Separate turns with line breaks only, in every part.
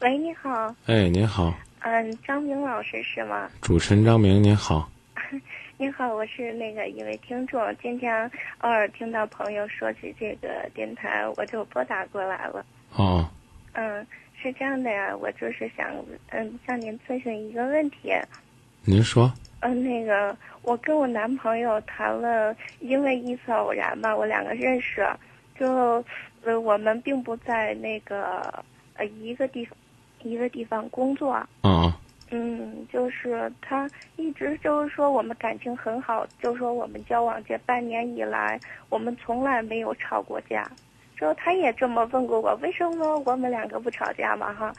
喂，你好，
哎，您好，
嗯，张明老师是吗？
主持人张明，您好。
你好，我是那个一位听众，经常偶尔听到朋友说起这个电台，我就拨打过来了。
哦，
嗯，是这样的呀，我就是想，嗯，向您咨询一个问题。
您说。
嗯，那个，我跟我男朋友谈了，因为一次偶然吧，我两个认识，就，呃，我们并不在那个呃一个地方，一个地方工作。
嗯
嗯，就是他一直就是说我们感情很好，就说我们交往这半年以来，我们从来没有吵过架。之后他也这么问过我，为什么我们两个不吵架嘛？哈，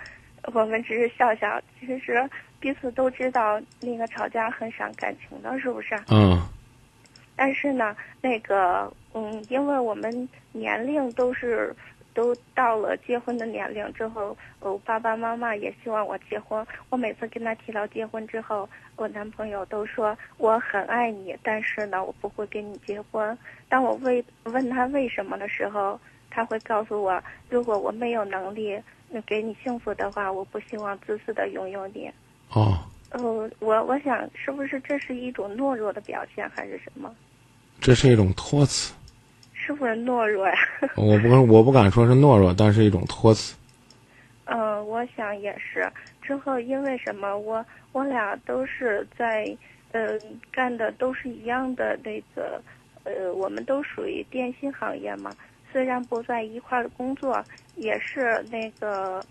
我们只是笑笑。其实彼此都知道那个吵架很伤感情的，是不是？啊
嗯
但是呢，那个嗯，因为我们年龄都是都到了结婚的年龄之后，我爸爸妈妈也希望我结婚。我每次跟他提到结婚之后，我男朋友都说我很爱你，但是呢，我不会跟你结婚。当我为问他为什么的时候，他会告诉我，如果我没有能力嗯给你幸福的话，我不希望自私的拥有你。
哦，
呃，我我想是不是这是一种懦弱的表现，还是什么？
这是一种托词，
是不是懦弱呀、
我不我不敢说是懦弱，但是一种托词。
嗯，我想也是。之后因为什么，我我俩都是在嗯、干的都是一样的那个呃，我们都属于电信行业嘛。虽然不在一块儿工作，也是那个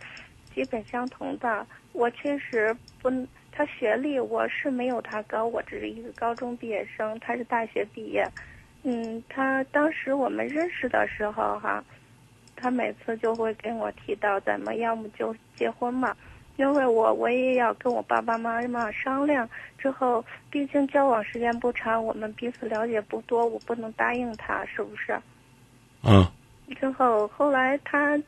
基本相同的。我确实不，他学历我是没有他高，我只是一个高中毕业生，他是大学毕业。嗯，他当时我们认识的时候哈、他每次就会跟我提到，咱们要么就结婚嘛，因为我我也要跟我爸爸妈妈商量。之后，毕竟交往时间不长，我们彼此了解不多，我不能答应他，是不是？
嗯
之后后来他，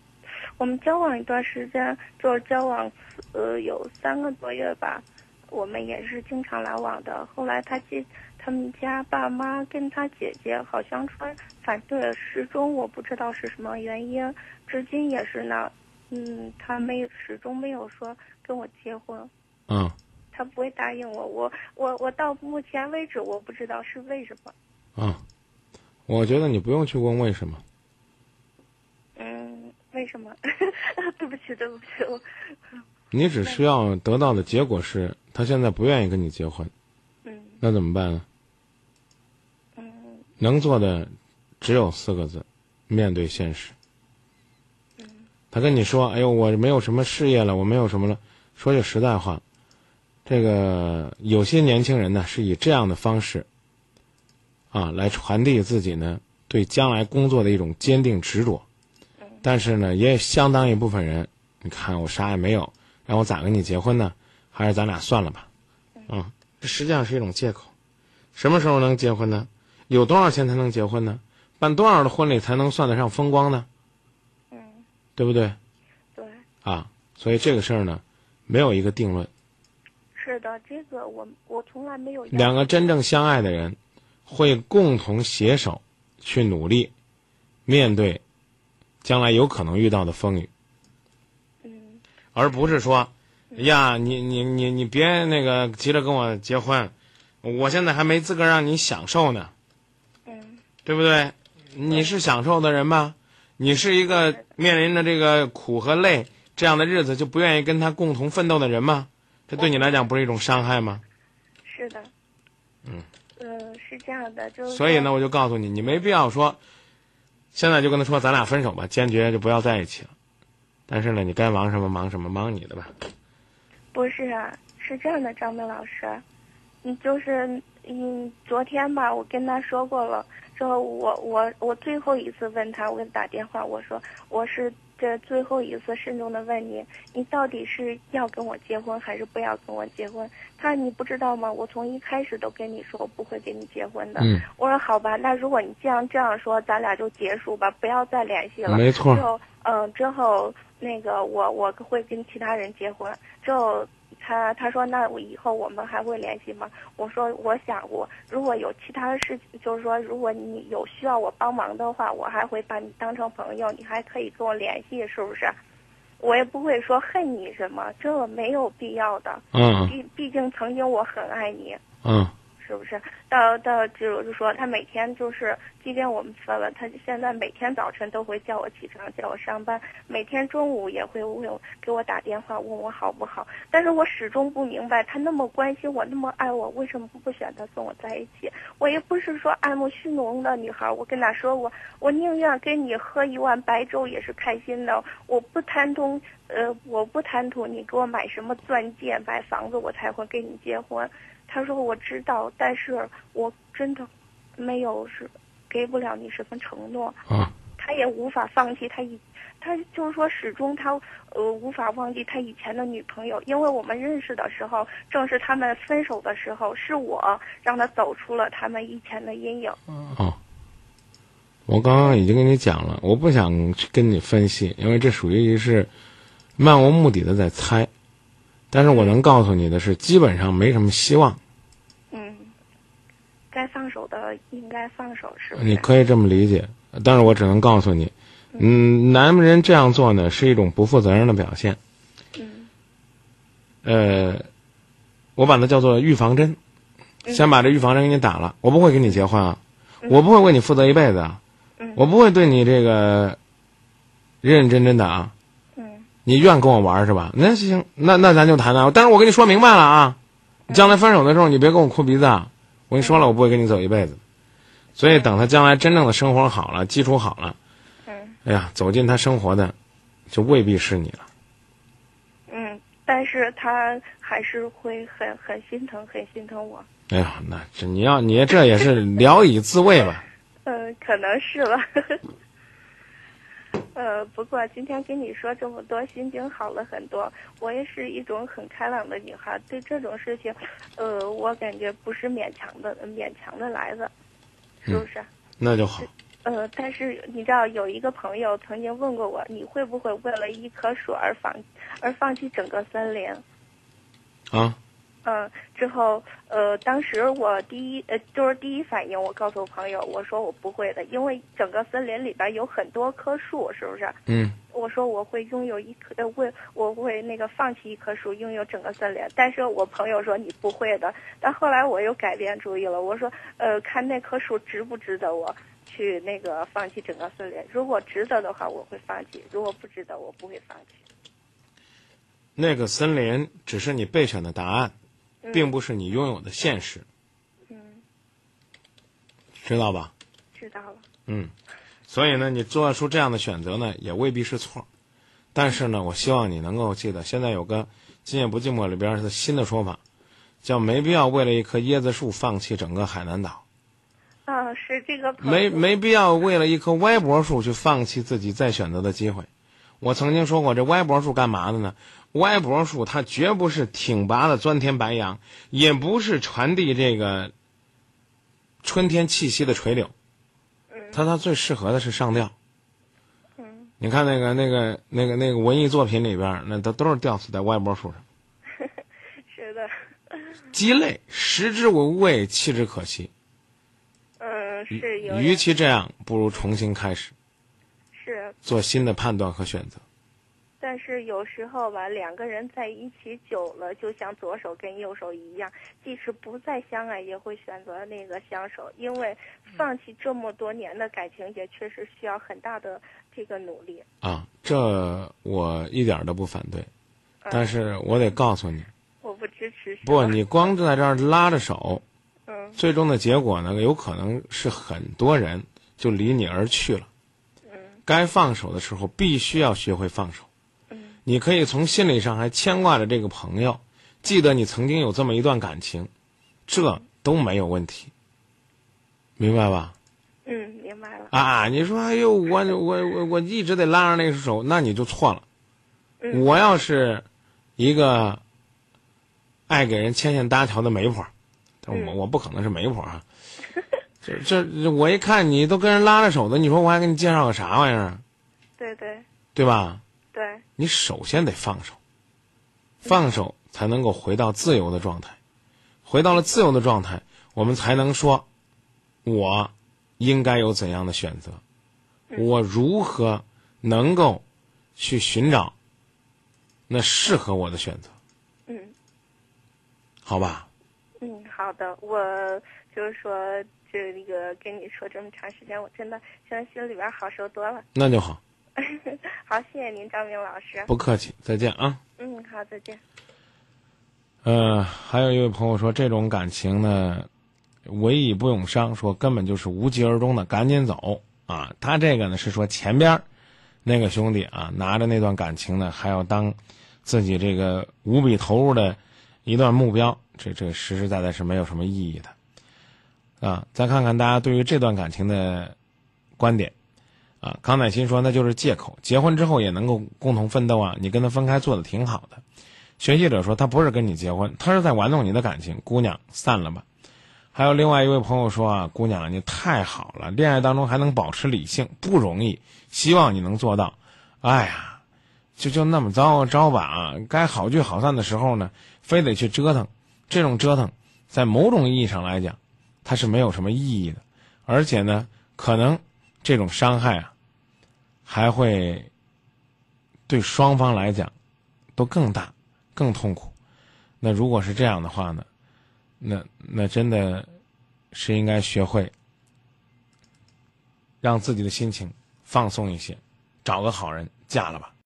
我们交往一段时间，就是交往呃有三个多月吧，我们也是经常来往的。后来他姐他们家爸妈跟他姐姐好像说反对始终我不知道是什么原因，至今也是呢，嗯，他没有始终没有说跟我结婚。
嗯
他不会答应我，我我我到目前为止我不知道是为什么。
嗯，我觉得你不用去问为什么，
嗯，为什么？ 对不起，对不起，我
你只需要得到的结果是他现在不愿意跟你结婚，
嗯
那怎么办呢？
嗯。
能做的只有四个字：面对现实。他跟你说：“哎呦，我没有什么事业了，我没有什么了。”说句实在话，这个有些年轻人呢，是以这样的方式啊来传递自己呢对将来工作的一种坚定执着。但是呢，也有相当一部分人，你看我啥也没有，让我咋跟你结婚呢？还是咱俩算了吧。啊，这实际上是一种借口。什么时候能结婚呢？有多少钱才能结婚呢？办多少的婚礼才能算得上风光呢？
嗯，
对不对
对，
啊？所以这个事儿呢，没有一个定论。
是的，这个我我从来没有要
两个真正相爱的人，会共同携手去努力，面对将来有可能遇到的风雨，
嗯
而不是说，哎呀，你你你你别那个急着跟我结婚，我现在还没资格让你享受呢。
嗯
对不对？你是享受的人吗？你是一个面临着这个苦和累这样的日子就不愿意跟他共同奋斗的人吗？这对你来讲不是一种伤害吗？
是的，嗯嗯是这样的，就是
所以呢，
说
我就告诉你，你没必要说，现在就跟他说咱俩分手吧，坚决就不要在一起了。但是呢，你该忙什么忙什么，忙你的吧。
不是啊，是这样的，张明老师，嗯就是嗯昨天吧，我跟他说过了，之后我我我最后一次问他，我给他打电话，我说我是这最后一次慎重的问你，你到底是要跟我结婚还是不要跟我结婚？他说你不知道吗？我从一开始都跟你说我不会跟你结婚的。
嗯，
我说好吧，那如果你这样这样说，咱俩就结束吧，不要再联系了。
没错
之后，嗯、之后那个我我会跟其他人结婚。之后他他说那我以后我们还会联系吗？我说我想过，如果有其他的事情，就是说如果你有需要我帮忙的话，我还会把你当成朋友，你还可以跟我联系，是不是？我也不会说恨你什么，这个没有必要的。
嗯
毕毕竟曾经我很爱你，
嗯
是不是？到到就是说，他每天就是，即便我们分了，他现在每天早晨都会叫我起床，叫我上班，每天中午也会问我给我打电话问我好不好。但是我始终不明白，他那么关心我，那么爱我，为什么不选择跟我在一起？我又不是说爱慕虚荣的女孩，我跟他说我我宁愿跟你喝一碗白粥也是开心的，我不贪图呃，我不贪图你给我买什么钻戒、买房子，我才会跟你结婚。他说我知道，但是我真的没有是给不了你什么承诺。
啊
他也无法放弃他以，他就是说始终他呃无法忘记他以前的女朋友，因为我们认识的时候，正是他们分手的时候，是我让他走出了他们以前的阴影。
哦，我刚刚已经跟你讲了，我不想去跟你分析，因为这属于是漫无目的的在猜。但是我能告诉你的是，基本上没什么希望。
嗯，该放手的应该放手，是不是？
你可以这么理解，但是我只能告诉你，嗯，男人这样做呢是一种不负责任的表现。
嗯
呃，我把它叫做预防针，先把这预防针给你打了。我不会跟你结婚啊，我不会为你负责一辈子啊，
嗯
我不会对你这个认认真真的啊。
嗯
你愿跟我玩儿是吧？那行，那那咱就谈谈。但是我跟你说明白了啊，你将来分手的时候你别跟我哭鼻子啊！我跟你说了，我不会跟你走一辈子。所以等他将来真正的生活好了，基础好了，
嗯
哎呀，走进他生活的，就未必是你了。
嗯，但是他还是会很很心疼，很心疼我。
哎呀，那这你要你这也是聊以自慰吧？
嗯，可能是吧。 呃，不过今天跟你说这么多，心情好了很多。我也是一种很开朗的女孩，对这种事情，呃，我感觉不是勉强的，勉强的来的，是不是？
那就好。
呃，但是你知道，有一个朋友曾经问过我，你会不会为了一棵树而放而放弃整个森林？
啊，
嗯，之后呃，当时我第一呃，就是第一反应，我告诉我朋友，我说我不会的，因为整个森林里边有很多棵树，是不是？
嗯，
我说我会拥有一棵，呃，为我会那个放弃一棵树，拥有整个森林。但是我朋友说你不会的，但后来我又改变主意了，我说呃，看那棵树值不值得我去那个放弃整个森林。如果值得的话，我会放弃；如果不值得，我不会放弃。
那个森林只是你备选的答案，
嗯
并不是你拥有的现实，
嗯，
知道吧？
知道了。
嗯，所以呢，你做出这样的选择呢，也未必是错。但是呢，我希望你能够记得，现在有个《今夜不寂寞》里边的新的说法，叫没必要为了一棵椰子树放弃整个海南岛，
啊，是这个朋友
没没必要为了一棵歪脖树去放弃自己再选择的机会。我曾经说过，这歪脖树干嘛的呢？歪脖树它绝不是挺拔的钻天白杨，也不是传递这个春天气息的垂柳，它它最适合的是上吊。
嗯
你看那个那个那个那个文艺作品里边儿，那都都是吊死在歪脖树上。
是的。
鸡肋，食之无味，弃之可惜。
嗯，是有
与
点
其这样，不如重新开始，
是，
做新的判断和选择。
但是有时候吧，两个人在一起久了，就像左手跟右手一样，即使不再相爱，也会选择那个相守，因为放弃这么多年的感情，也确实需要很大的这个努力。
啊，这我一点儿都不反对，
嗯、
但是我得告诉你，
我不支持。是
不，
吧
你光在这儿拉着手，
嗯
最终的结果呢，有可能是很多人就离你而去了。
嗯
该放手的时候，必须要学会放手。
嗯
你可以从心理上还牵挂着这个朋友，记得你曾经有这么一段感情，这都没有问题，明白吧？
嗯，明白了。
啊，你说哎呦，我我我我一直得拉着那只手，那你就错了。
嗯
我要是一个爱给人牵线搭桥的媒婆，但我
嗯
我不可能是媒 婆啊。这这我一看你都跟人拉着手的，你说我还给你介绍个啥玩意儿啊，
对对
对吧？
对，
你首先得放手，放手才能够回到自由的状态，回到了自由的状态，我们才能说，我应该有怎样的选择，我如何能够去寻找那适合我的选择，
嗯
好吧？
嗯，好的，我就是说这个跟你说这么长时间，我真的现在心里边好受多了。
那就好，
好，谢谢您，张明老师。
不客气，再见啊。
嗯，好，再见。
呃，还有一位朋友说，这种感情呢，唯以不永伤，说根本就是无疾而终的，赶紧走啊！他这个呢是说前边儿那个兄弟啊，拿着那段感情呢，还要当自己这个无比投入的一段目标，这这实实在在是没有什么意义的啊！再看看大家对于这段感情的观点啊，康乃馨说那就是借口，结婚之后也能够共同奋斗啊，你跟他分开做的挺好的。学习者说他不是跟你结婚，他是在玩弄你的感情。姑娘，散了吧。还有另外一位朋友说啊，姑娘你太好了，恋爱当中还能保持理性不容易，希望你能做到。哎呀，就就那么着着吧啊，该好聚好散的时候呢，非得去折腾，这种折腾在某种意义上来讲，它是没有什么意义的，而且呢，可能这种伤害啊，还会对双方来讲都更大。更痛苦。那如果是这样的话呢，那那真的是应该学会让自己的心情放松一些，找个好人嫁了吧。